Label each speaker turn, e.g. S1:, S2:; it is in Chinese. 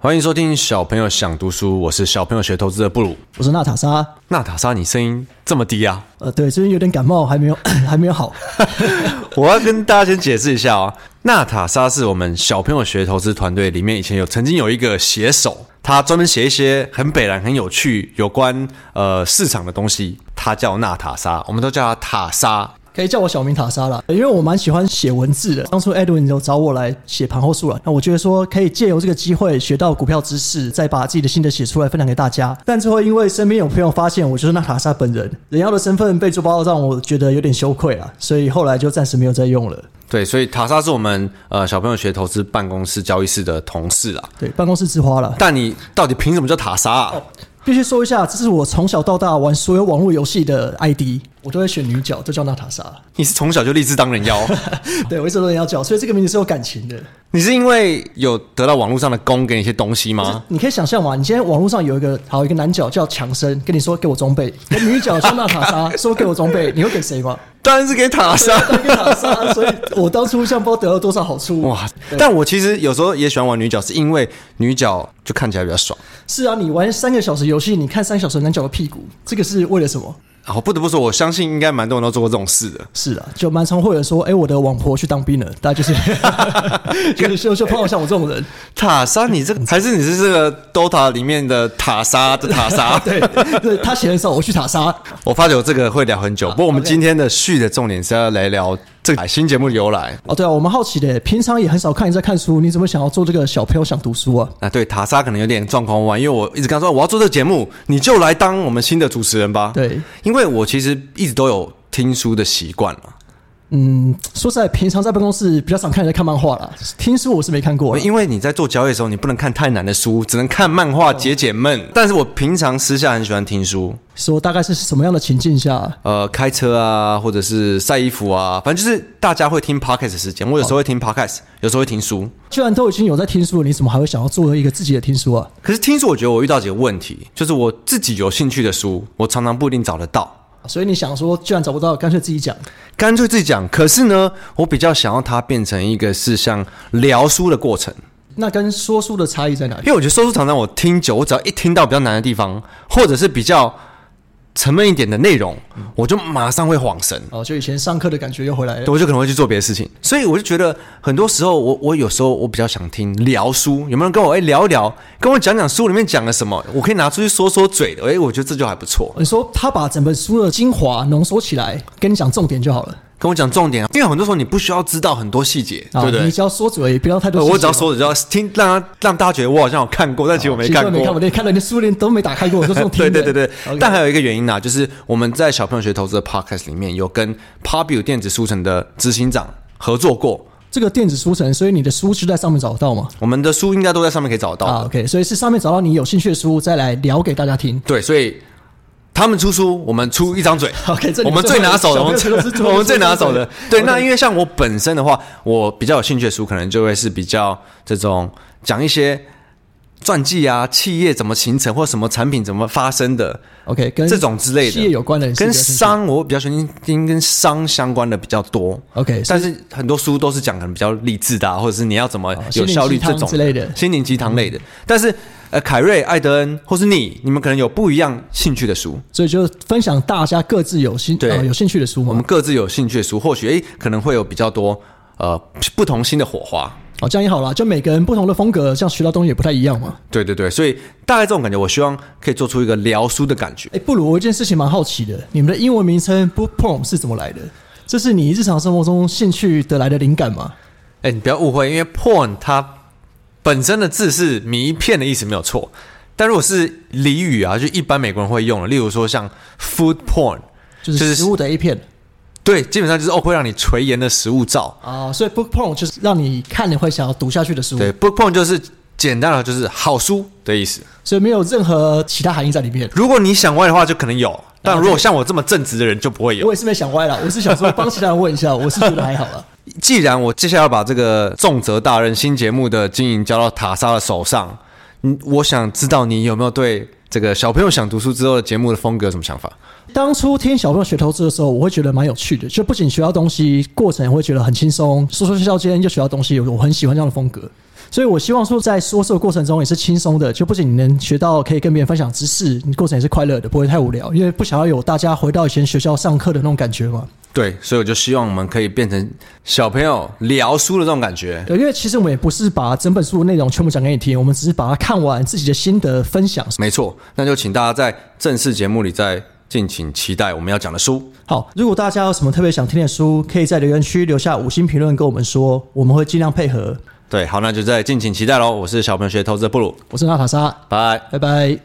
S1: 欢迎收听小朋友想读书，我是小朋友学投资的布鲁。
S2: 我说娜塔莎，
S1: 娜塔莎，你声音这么低啊！
S2: 呃，对，最近有点感冒，还没有 还没有好。
S1: 我要跟大家先解释一下哦，娜塔莎是我们小朋友学投资团队里面以前有曾经有一个写手，他专门写一些很北然、很有趣有关呃市场的东西，他叫娜塔莎，我们都叫他塔莎。
S2: 可以叫我小名塔莎啦，因为我蛮喜欢写文字的。当初 Edwin 有找我来写盘后书了，那我觉得说可以借由这个机会学到股票知识，再把自己的心得写出来分享给大家。但最后因为身边有朋友发现我就是娜塔莎本人，人妖的身份被抓包，让我觉得有点羞愧啊，所以后来就暂时没有再用了。
S1: 对，所以塔莎是我们呃小朋友学投资办公室交易室的同事啊。
S2: 对，办公室之花了。
S1: 但你到底凭什么叫塔莎、啊？
S2: 必须说一下，这是我从小到大玩所有网络游戏的 ID，我都会选女角，都叫娜塔莎。
S1: 你是从小就立志当人妖？
S2: 对，我一直都要叫，所以这个名字是有感情的。
S1: 你是因为有得到网络上的功给你一些东西吗？
S2: 你可以想象嘛，你今天网络上有一个好一个男角叫强森，跟你说给我装备，跟女角说娜塔莎说给我装备，你会给谁吗？
S1: 当然是给塔莎。
S2: 当然给塔莎。所以我当初像不知道得到多少好处。
S1: 哇！但我其实有时候也喜欢玩女角，是因为女角就看起来比较爽。
S2: 是啊，你玩三个小时游戏，你看三小时男角的屁股，这个是为了什么？
S1: 然后不得不说，我相信应该蛮多人都做过这种事的。
S2: 是啊，就蛮常会有说，哎、我的网婆去当兵了，大家就是就是 就就碰到像我这种人，
S1: 塔莎，你这个还是你是这个 DOTA 里面的塔莎的塔 莎？
S2: 对，对他写的时候我去塔莎，
S1: 我发觉我这个会聊很久。不过我们
S2: OK
S1: 今天的序的重点是要来聊这个新节目的由来。
S2: 哦，对啊，我们好奇的，平常也很少看你在看书，你怎么想要做这个小朋友想读书啊？
S1: 啊，对，塔莎可能有点状况外，因为我一直跟他说我要做这个节目，你就来当我们新的主持人吧。
S2: 对，
S1: 因为我其实一直都有听书的习惯了。
S2: 嗯，说实在，平常在办公室比较常看人在看漫画啦，听书我是没看过啦。
S1: 因为你在做交易的时候，你不能看太难的书，只能看漫画解解闷。但是我平常私下很喜欢听书，
S2: 说大概是什么样的情境下？
S1: 呃，开车啊，或者是晒衣服啊，反正就是大家会听 podcast 的时间。我有时候会听 podcast，有时候会听书。
S2: 居然都已经有在听书了，你怎么还会想要做一个自己的听书啊？
S1: 可是听书，我觉得我遇到几个问题，就是我自己有兴趣的书，我常常不一定找得到。
S2: 所以你想说，居然找不到，干脆自己讲。
S1: 干脆自己讲，可是呢，我比较想要它变成一个是像聊书的过程，
S2: 那跟说书的差异在哪
S1: 因
S2: 里？
S1: 为我觉得说书常常我听久，我只要一听到比较难的地方，或者是比较沉闷一点的内容，我就马上会恍神，
S2: 哦，就以前上课的感觉又回来了。
S1: 我就可能会去做别的事情。所以我就觉得很多时候我，我有时候我比较想听聊书，有没有人跟我哎、聊一聊，跟我讲讲书里面讲了什么，我可以拿出去说说嘴的，哎、我觉得这就还不错。
S2: 你说他把整本书的精华浓缩起来，跟你讲重点就好了。
S1: 跟我讲重点啊，因为很多时候你不需要知道很多细节，
S2: 啊
S1: 对不对？
S2: 你只要说嘴，不要太多
S1: 呃
S2: 细节嘛。
S1: 我只要说，只要听，让他让大家觉得我好像有看过，但哦其实我没
S2: 习
S1: 看
S2: 惯没看过，
S1: 过。
S2: 连看了你书连都没打开过，我就这种听
S1: 对
S2: 的。
S1: 对对对
S2: OK
S1: 但还有一个原因呢、就是我们在小朋友学投资的 podcast 里面有跟 Pubu 电子书城的执行长合作过，
S2: 这个电子书城，所以你的书是在上面找得到吗？
S1: 我们的书应该都在上面可以找得到的。
S2: 啊，OK，所以是上面找到你有兴趣的书，再来聊给大家听。
S1: 对，所以他们出书，我们出一张嘴。
S2: OK，这你
S1: 我们
S2: 这
S1: 最拿手的，
S2: 小
S1: 我们
S2: 朋友
S1: 最
S2: 都是做
S1: 我们最拿手的
S2: 做。
S1: 对，那因为像我本身的话，我比较有兴趣的书，可能就会是比较这种讲一些传记啊、企业怎么形成或什么产品怎么发生的
S2: OK 跟
S1: 这种之类的，
S2: 企业有关的，
S1: 跟。商，我比较喜欢听跟商相关的比较多。
S2: OK，
S1: 但是很多书都是讲可能比较励志的、啊，或者是你要怎么有效率这
S2: 哦心灵鸡
S1: 种
S2: 汤之类的
S1: 心灵鸡汤类的。但是呃，凯瑞、艾德恩或是你，你们可能有不一样兴趣的书。
S2: 所以就分享大家各自有兴
S1: 对嗯
S2: 呃有兴趣的书
S1: 我们
S2: 嘛。
S1: 各自有兴趣的书，或许诶可能会有比较多呃不同新的火花。
S2: 哦，这样也好啦，就每个人不同的风格，这样学到东西也不太一样嘛。
S1: 对对对，所以大概这种感觉，我希望可以做出一个聊书的感觉。
S2: 哎，不如我有一件事情蛮好奇的，你们的英文名称 Book Prom 是怎么来的？这是你日常生活中兴趣得来的灵感吗？
S1: 哎，你不要误会，因为 porn 它本身的字是迷骗的意思没有错，但如果是俚语啊，就一般美国人会用的，例如说像 food porn，
S2: 就
S1: 就是
S2: 是食物的 A 片
S1: 对，基本上就是哦会让你垂涎的食物照。
S2: 啊、所以 Book Prom 就是让你看了会想要读下去的书，
S1: 对，book porn 就是简单的就是好书的意思。
S2: 所以没有任何其他含义在里面。
S1: 如果你想歪的话，就可能有；但如果像我这么正直的人，就不会有。
S2: 我也是没想歪了，我是想说帮其他人问一下，我是觉得还好了。
S1: 既然我接下来要把这个重责大任新节目的经营交到塔莎的手上，嗯，我想知道你有没有对这个小朋友想读书之后的节目的风格有什么想法？
S2: 当初听小朋友学投资的时候，我会觉得蛮有趣的，就不仅学到东西，过程也会觉得很轻松，说说笑笑间就学到东西，我很喜欢这样的风格。所以我希望说，在说书的过程中也是轻松的，就不仅你能学到可以跟别人分享知识，你过程也是快乐的，不会太无聊，因为不想要有大家回到以前学校上课的那种感觉嘛。
S1: 对，所以我就希望我们可以变成小朋友聊书的这种感觉。
S2: 对，因为其实我们也不是把整本书的内容全部讲给你听，我们只是把它看完自己的心得分享。
S1: 没错，那就请大家在正式节目里再敬请期待我们要讲的书。
S2: 好，如果大家有什么特别想听的书，可以在留言区留下五星评论跟我们说，我们会尽量配合。
S1: 对，好，那就再敬请期待喽。我是小朋友学投资的布鲁，
S2: 我是娜塔莎，
S1: 拜。
S2: 拜拜。